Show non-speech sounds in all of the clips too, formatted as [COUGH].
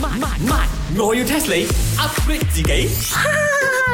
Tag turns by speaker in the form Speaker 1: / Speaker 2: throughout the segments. Speaker 1: 慢慢慢，我要 test 你 upgrade 自己。
Speaker 2: 啊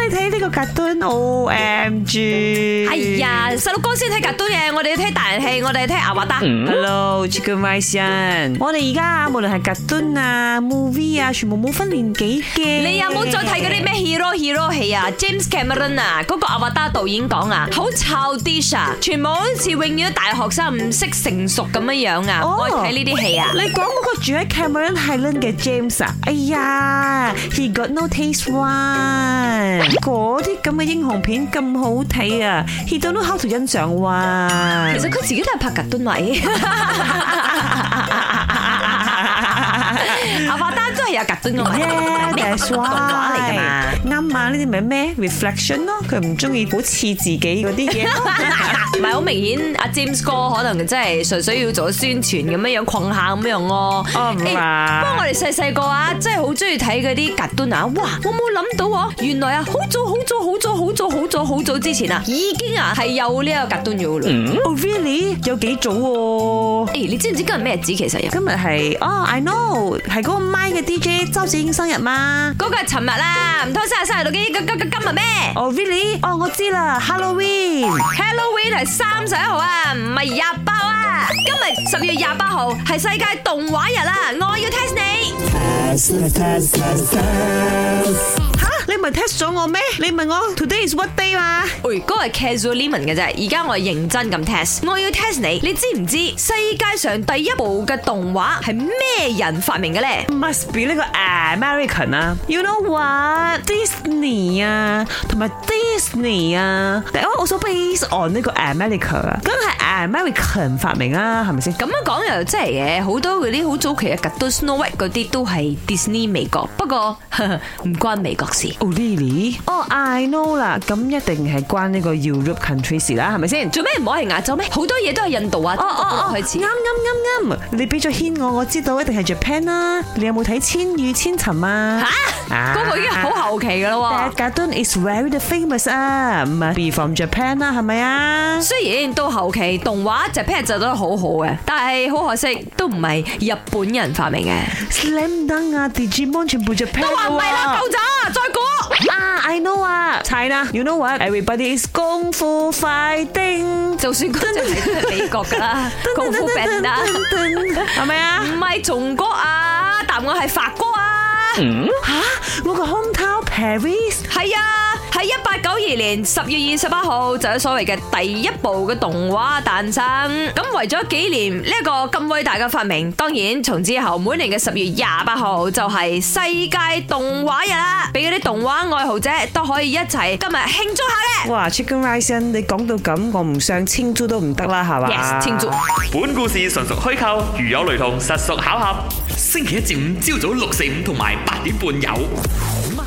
Speaker 2: 你睇呢個格敦 O M G，
Speaker 3: 哎呀，細佬哥先睇格都嘢，我哋睇大人戲，我哋睇阿華達。
Speaker 2: 嗯，Hello Chicken m i s o n 我哋而家啊無論係格敦啊、movie 啊，全部冇分年紀嘅。
Speaker 3: 你有冇再睇嗰啲咩 hero hero 戲啊？James Cameron 啊，嗰個阿華達導演講啊，好臭啲啊，全部好似永遠都大學生唔識成熟咁樣樣啊！
Speaker 2: 哦
Speaker 3: 我愛睇呢啲戲啊！
Speaker 2: 你講嗰個住喺 Cameron Highland 嘅 James 啊，哎呀，He got no taste one，嗰啲咁嘅英雄片咁好睇啊，He don't know how to 欣賞哇。
Speaker 3: 其實啊佢自己都係拍格敦位， [LAUGHS] 啊阿華達都係有格敦嘅位，
Speaker 2: Yeah，that's
Speaker 3: 動啊畫嚟㗎嘛 [LAUGHS]
Speaker 2: why，。啱啊！呢啲咪咩 reflection 咯，佢唔中意好似自己嗰啲嘢咯。
Speaker 3: 唔係好明顯，阿 James 哥可能真係純粹要做宣傳咁樣樣困下咁樣咯。
Speaker 2: 哦唔係
Speaker 3: 誒不過我哋細細個啊，真係好中意睇嗰啲格敦啊！哇，我冇諗到啊，原來啊，好早好早好早好早好早好早之前啊，已經啊係有呢一個格敦咗啦。
Speaker 2: Oh really？有幾早喎？
Speaker 3: 誒，你知唔知今日咩日子其實有？
Speaker 2: 今日係哦，I oh, know，係嗰個 My 嘅 DJ 周子英生日嘛。
Speaker 3: 嗰個係尋日啦，唔通生日生日到幾？今今今今日咩
Speaker 2: 哦 Oh, really？哦我知啦，Halloween。
Speaker 3: ？Halloween 係三十一號啊，唔係廿八啊！今日十月廿八號係世界動畫日啊！我要 test 你。
Speaker 2: 吓，你咪 test 咗我咩？你問我 today is what day 嘛？
Speaker 3: 喂，嗰個係 casual lemon 嘅啫，而家我係認真咁 test，我要 test 你，你知唔知世界上第一部嘅動畫係咩人發明嘅咧？
Speaker 2: must be 呢個 American 啊，you know what Disney 啊，同埋 Disney 啊，但係我我所 base on 呢個 America 啊，梗係 American 發明啊，係咪先？
Speaker 3: 咁樣講又真係嘅，好多嗰啲好早期嘅 g u Snow White 嗰啲都係 Disney 美國，不過 [LAUGHS] 唔關美國事。
Speaker 2: 哦 Lily，哦 I know 啦，咁一定係關呢個 Europe country 事啦，係咪先？
Speaker 3: 做咩唔可以亞洲咩？好多嘢都係印度啊，中國嗰度開
Speaker 2: 哦啱
Speaker 3: 始。
Speaker 2: 啱啱啱，你俾咗牽我，我知道一定係 Japan 啦。你有冇睇《千與千尋》啊？
Speaker 3: 吓，嗰個已經好後期噶啦喎
Speaker 2: That。garden is very the famous 啊，唔係 be from Japan 啦，係咪啊？
Speaker 3: 雖然到後期動畫就 p 就都好好嘅，但係好可惜都唔係日本人發明嘅。
Speaker 2: Slam Dunk à, 啊，Digimon 全部 Japan
Speaker 3: 都話唔係啦，夠咗，再估。
Speaker 2: 夠啊！I know 啊，China。You know what? Everybody is 功夫快丁，
Speaker 3: 就算嗰陣係都係美國㗎啦，功夫病啦，
Speaker 2: 係咪啊
Speaker 3: 唔？係中國啊，答案係法國啊，
Speaker 2: 吓，我個 hometown Paris。
Speaker 3: 係啊，喺一八九二年十月二十八號就有所謂嘅第一部嘅動畫誕生。咁為咗紀念呢一個咁偉大嘅發明，當然從之後每年嘅十月廿八號就係世界動畫日啦，俾嗰啲動畫愛好者都可以一齊今日慶祝下咧。
Speaker 2: 哇，Chicken Rice，你講到咁，我唔上青珠都唔得啦，係嘛
Speaker 3: Yes，慶祝。
Speaker 4: 本故事純屬虛構，如有雷同，實屬巧合。
Speaker 1: 星期一至五朝早六四五同埋八點半有。慢